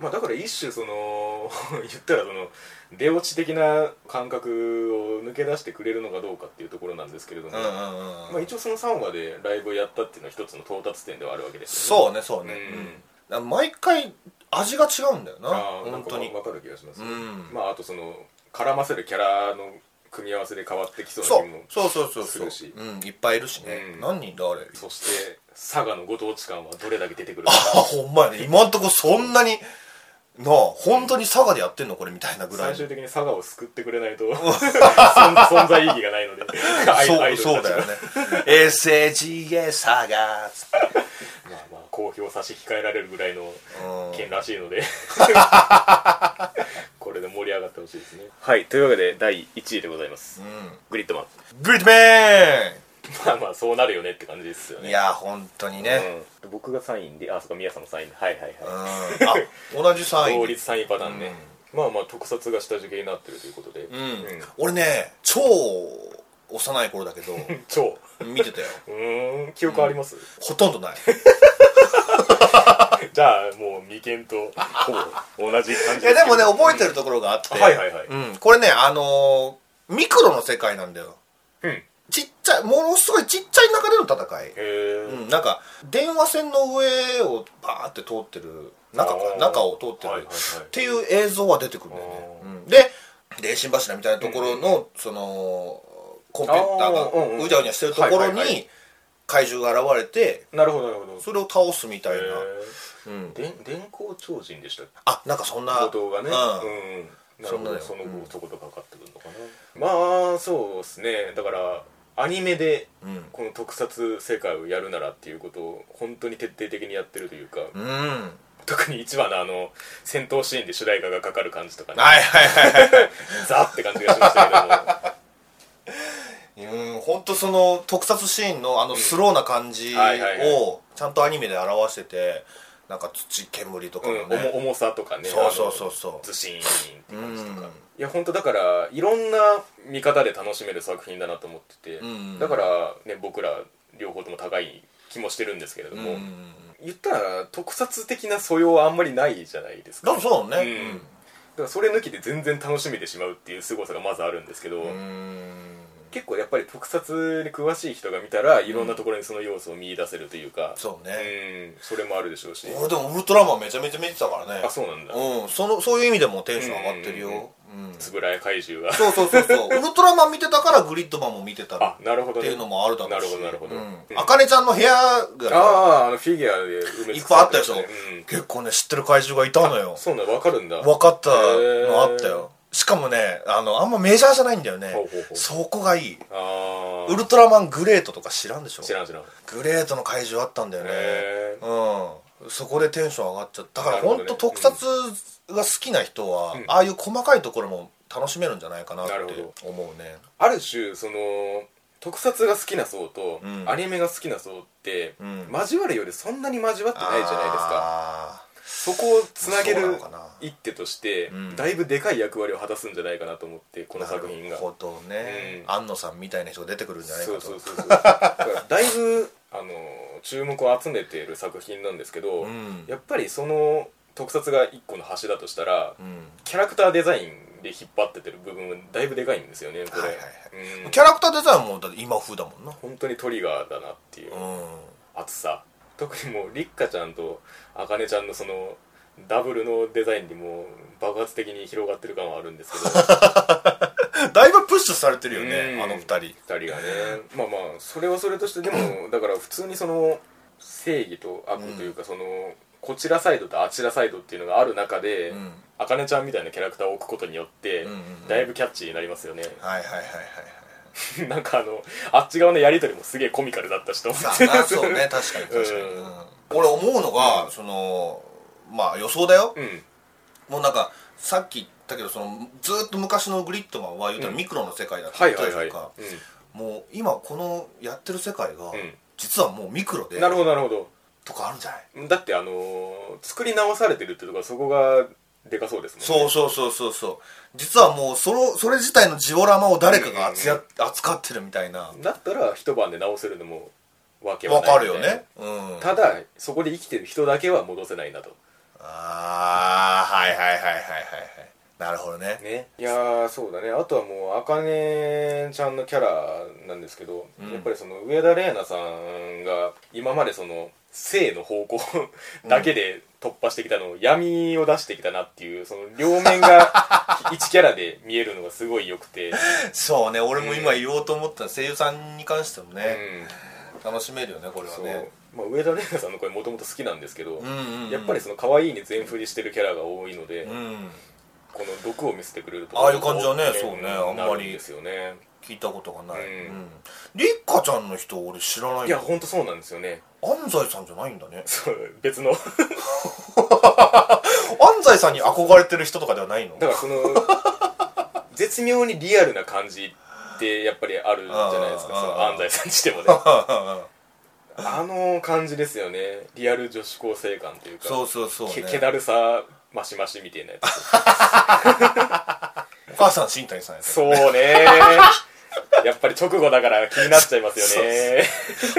まあだから一種その [LAUGHS] 言ったらその出落ち的な感覚を抜け出してくれるのかどうかっていうところなんですけれども、
うんうんうん、
まあ、一応その3話でライブをやったっていうのは一つの到達点ではあるわけですよね
そうねそうね、
うん
うん毎回味が違うんだよな
あーなん
本
か
当に
わかる気がします、
うん
まああとその絡ませるキャラの組み合わせで変わってきそう
そ
な
う
気も
そうそうそう
す
そう
るし
うん、いっぱいいるしね、
うん
何人だあ [LAUGHS] れ
そして佐賀のご当地感はどれだけ出てくるの
あ
か
ほんまやね今んとこそんなになあ本当に佐賀でやってんのこれみたいなぐ
最
らいのそ
終的に佐賀を救ってくれ [LAUGHS] ないと存在意義がない [LAUGHS] のでアイア
う
イドルたち
そうだよね SAGA 佐賀つって
まあまあ公表差し控えられるぐらいの件らしいの [LAUGHS] でこれで盛り上がってほしいですねはいというわけで第1位でございます、
うん
グリッドマン
グリッドメ
まあまあそうなるよねって感じですよ
ンい
ね
や本当にね、
うん、僕が3位であそうか宮さんも3位ではいはい
うん
は
あ同じ
い
3
同
位
率3位パターンね、まあまあ特撮が下敷きになってるということで、
うん、俺ね超幼い頃だけ [LAUGHS] ど
超
見てたよ
うーん記憶あります、
ほとんどない
じゃあもう眉間とほぼ同じ感
い
じ
やでもね
す
覚えてるところがあって、
うんはいはいはい
うん、これねあのーミクロの世界なんだよ
けどうんへ
ちっちゃいものすごいちっちゃい中での戦い、
え、
うん、なんか電話線の上をバーって通ってる中か
あー
中を通ってる、
はいはいはい
っていう映像は出てくるんだよね、
あ
うんで霊神柱みたいなところの、そのコンピューター
あーうんう
が
ん
うじゃうじゃしてるところ
はいはいは
に怪獣が現れて
なるほどなるほど
それを倒すみた
へ
いな、
ー
うん、
でん電光超人でしたっけ
あなんかそんな
後藤がね
うん
うんなるほど
そ
そ
んな
の
ようん
後そことかかってくるのかな、まあそうですねだからアニメで
うん
この特撮世界をやるならっていうことを本当に徹底的にやってるというか、
うん、はい
特に1話のあの戦闘シーンで主題歌がかかる感じとかね
はいはいはい
ザって感じがしましたけ
うん本当その特撮シーンのあのスローな感じ
うんはいはいはい
をちゃんとアニメで表しててなんか土煙とか
ど
も
も、
[LAUGHS]
うん
ね、
重重さとかね
そうそうそうそ
あの
う
ズシーンって感じとか、
うん
いや本当だからいろんな見方で楽しめる作品だなと思ってて、
うん
だからね僕ら両方とも高い気もしてるんですけれども、
うん
言ったら特撮的な素養はあんまりないじゃないです
だ
か
からそうだ
う
ね
んだからそれ抜きで全然楽しめてしまうっていう凄さがまずあるんですけど、
うんうん
結構やっぱり特撮に詳しい人が見たらいろんなところにその要素を見出せるというか、
そ
う
うね、
んそれもあるでしょうし
俺でもウルトラマンめちゃめちゃ見てたからね
あそうなんだ
うん、そのそういう意味でもテンション上がってるよ、
う
うん
うんうんつぶらや怪獣が
そうそうそうそうウルトラマン見てたからグリッドマンも見てた
[LAUGHS] あ
っ
なるほど、
て
ね、
いうのもあるだろうし
なるほどなるほどうん
あかねちゃんの部屋が
あああのフィギュアで埋め
い
尽
っ
く
ぱいあ
され
った
て
で
ま
し
し
ょ、
たね
結構ね知ってる怪獣がいたのよ
うん、そうなんだ分かるんだ
分かったのあったよしかもねあのあんまメジャーじゃないんだよね
ほうほうほう
そこがいい
あ
ウ
あ
ルトラマングレートとか知らんでしょ
知らん知らん
グレートの怪獣あったんだよね
へ
うんそこでテンション上がっちゃっただか
な
ら
るほ
ほ
ど
ん
ね
と特撮が好きな人は、
うん
ああいう細かいところも楽しめるんじゃないかなって
なるほ
思うね
ある種その特撮が好きな層と、
うん
アニメが好きな層って、
うん
交わるよりそんなに交わってないじゃないですか
か
そこをつなげ
そうな
る
のかな
一手として、
うん
だいぶでかい役割を果たすんじゃないかなと思ってこの
なる
作品が
ほどね、
うん
安野さんみたいな人が出てくるんじゃないか
そ
と
うそうそうそうだからだいぶあの注目を集めている作品なんですけど、
うん
やっぱりその特撮が一個の橋だとしたら、
うん
キャラクターデザインで引っ張ってってる部分はだいぶでかいんですよねこれ、
はいはいはい
うん
キャラクターデザインもだって今風だもんな
本当にトリガーだなっていう
うん
厚さ特にもうリッカちゃんとあかねちゃんのそのダブルのデザインにもう爆発的に広がってる感はあるんですけど
だいぶプッシュされてるよね、
うん
あの二人
2人がねまあまあそれはそれとしてでもだから普通にその正義と悪というか、そのこちらサイドとあちらサイドっていうのがある中で、
うん
あかねちゃんみたいなキャラクターを置くことによって、
うんうん
だいぶキャッチーになりますよね [LAUGHS]
はいはいはいはいはい
なんかあのあっち側のやり取りもすげえコミカルだったしと思
さ
って [LAUGHS]
あなそうね確かに確かに、
うん
うん俺思うのが、
うん
そのまあ予想だよ、
うん
もうなんかさっき言ったけどそのずーっと昔のグリッドマンは言うたら
うん
ミクロの世界だった
は
り
い
とか、
はいはい、
もう今このやってる世界が、
ん
実はもうミクロ
う
で
ん、なるほどなるほど
とかあるんじゃない
だってあのー作り直されてるってとこはそこがでかそうですもんね
そうそうそうそうそう実はもうそのそれ自体のジオラマを誰かが扱,、
うん
扱ってるみたいな
だったら一晩で直せるのもわけは
わ
ない
かる
みた
よ
いな
ねうん
ただそこで生きてる人だけは戻せないなと
ああはいはいはいはいはいはいなるほどね
ねいやーそうだねあとはもうあかねちゃんのキャラなんですけど、
うん
やっぱりその上田玲奈さんが今までその性の方向だけで突破してきたのを闇を出してきたなっていうその両面が [LAUGHS] 一キャラで見えるのがすごい良くて、
[LAUGHS] そうね俺も今言おうと思った声優さんに関しても
う
ね、
ん、
楽しめるよねこれは
そう、
ね
まあ、上田玲奈さんの声もともと好きなんですけど、
うんうんうん
やっぱりその可愛いに全振りしてるキャラが多いので、
うん
この毒を見せてくれると
ああいう感じはね
こ
そうね
なる
あんまり
ですよね
聞いたことがない、
うん
うんりっかちゃんの人俺知らない
いや本当そうなんですよね [LAUGHS]
安西さんじゃないんだね
そう別の
安西さんに憧れてる人とかではないの
だから
[LAUGHS]
その絶妙にリアルな感じってやっぱりあるじゃないですか
あー
その
あー
安西さんにしてもねあの感じですよねリアル女子高生感というか
そうそうそう、ね
け、けだるさマシマシみたいなやつ
お母さん新谷 [LAUGHS] さんやつ
そうねやっぱり直後だから気になっちゃいますよね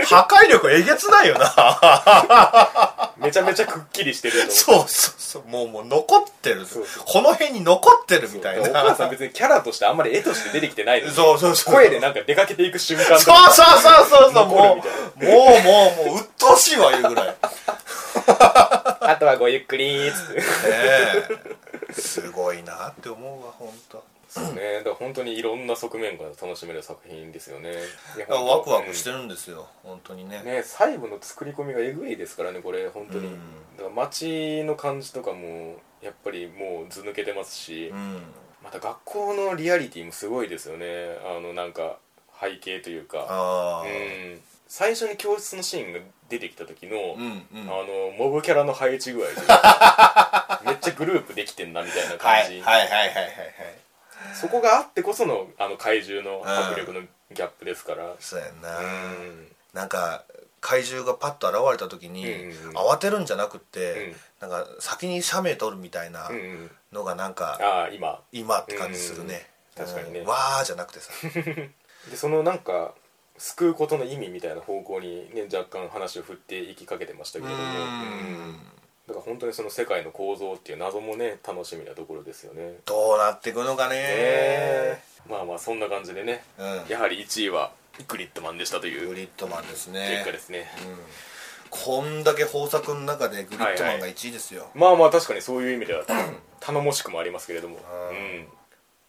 破壊力えげつないよ
[LAUGHS]
な
めちゃめちゃくっきりしてると
そうそうそうもうもう残ってる
そうそう
この辺に残ってるみたい
お
な
母さん別にキャラとしてあんまり絵として出てきてないのに
そうそうそう
声でなんか出かけていく瞬間と
そう
か
そうそうそうそう
残る
も
みた
うもうもうもう鬱陶しいわいうぐらいね
あとはごゆっくりーっつって
えすごいなって思うわ本
[LAUGHS]
当。
そうねだから本当にいろんな側面が楽しめる作品ですよねいや
だからワクワクして
る、
るんですよ本当にね
うんね細部の作り込みがえぐいですからねこれ本当に、
うん
だから街の感じとかもやっぱりもう図抜けてますし、
うん
また学校のリアリティもすごいですよねあのなんか背景というか
ああ
うん最初に教室のシーンが出てきた時の、
うんう
あ
ん
のモブキャラの配置
[LAUGHS]
具合というかめっちゃグループできてんなみたいな
は
感じ、
いはいはいはいはいはい
そこがあってこそのあの怪獣の迫力のギャップですから、
そうやんな、
うん
なんか怪獣がパッと現れた時に、
うんうん
慌てるんじゃなくて、なんか先に写メ撮るみたいな
うんうん、
のがなんか、
ああ今
今って感じするね、
うん確かにね
うんわーじゃなくてさ
でそのなんか救うことの意味みたいな方向に、ね、若干話を振っていきかけてました
う
け
ん
れどもうんだから本当にその世界の構造っていう謎もね楽しみなところですよねね
どうなっていくのかね
えまあまあそんな感じでね
うん
やはり1位はグリッドマンでしたとい
グ
う
リッドマンですね
結果ですね
うん、こんだけ豊作の中でグリッドマンが1位ですよ、
まあまあ確かにそういう意味では頼もしくもありますけれども、
う
うんん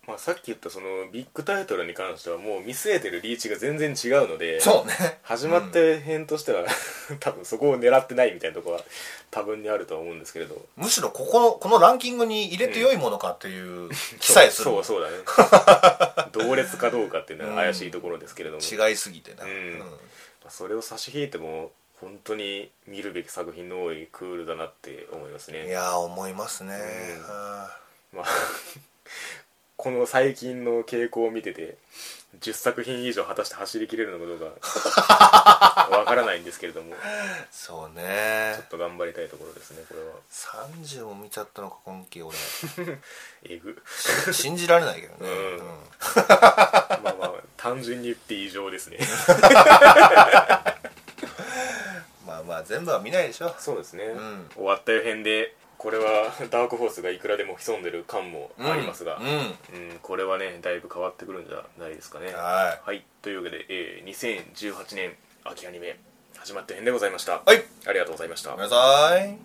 まあ、さっき言ったそのビッグタイトルに関してはもう見据えてるリーチが全然違うので
そうね
始まって編としては、 [LAUGHS] 多分そこを狙ってないみたいなところは多分にあるとは思うんですけれど
むしろここのこのランキングに入れて良いものかっていう記載する
そ
の
うそうだね
[LAUGHS]
同列かどうかっていうのは怪しいところですけれども、ま
違いすぎてな、
うん
うん
あそれを差し引いても本当に見るべき作品の多いクールだなって思いますね
いやー思いますね、
うん
あ
まあ [LAUGHS] この最近の傾向を見てて10作品以上果たして走り切れるのかどうかわから [LAUGHS] ないんですけれどもち
ーそうね
ょっと頑張りたいところですねこれは
30も見ちゃったのか今季
[LAUGHS]
俺
えぐ
信じられないけど
う
ね、
んまあまあ単純に言って異常ですね
まあまあ全部は見ないでし
[LAUGHS]
ょ
そうですね、
ん
[LAUGHS] 終わったよ編でこれはダークホースがいくらでも潜んでる感もありますが
うん、、うん
うんこれはねだいぶ変わってくるんじゃないですかね
は
はいというわけで、えー2018年秋アニメ始まった編でございました、
いはい
ありがとうございました
ごめんなさい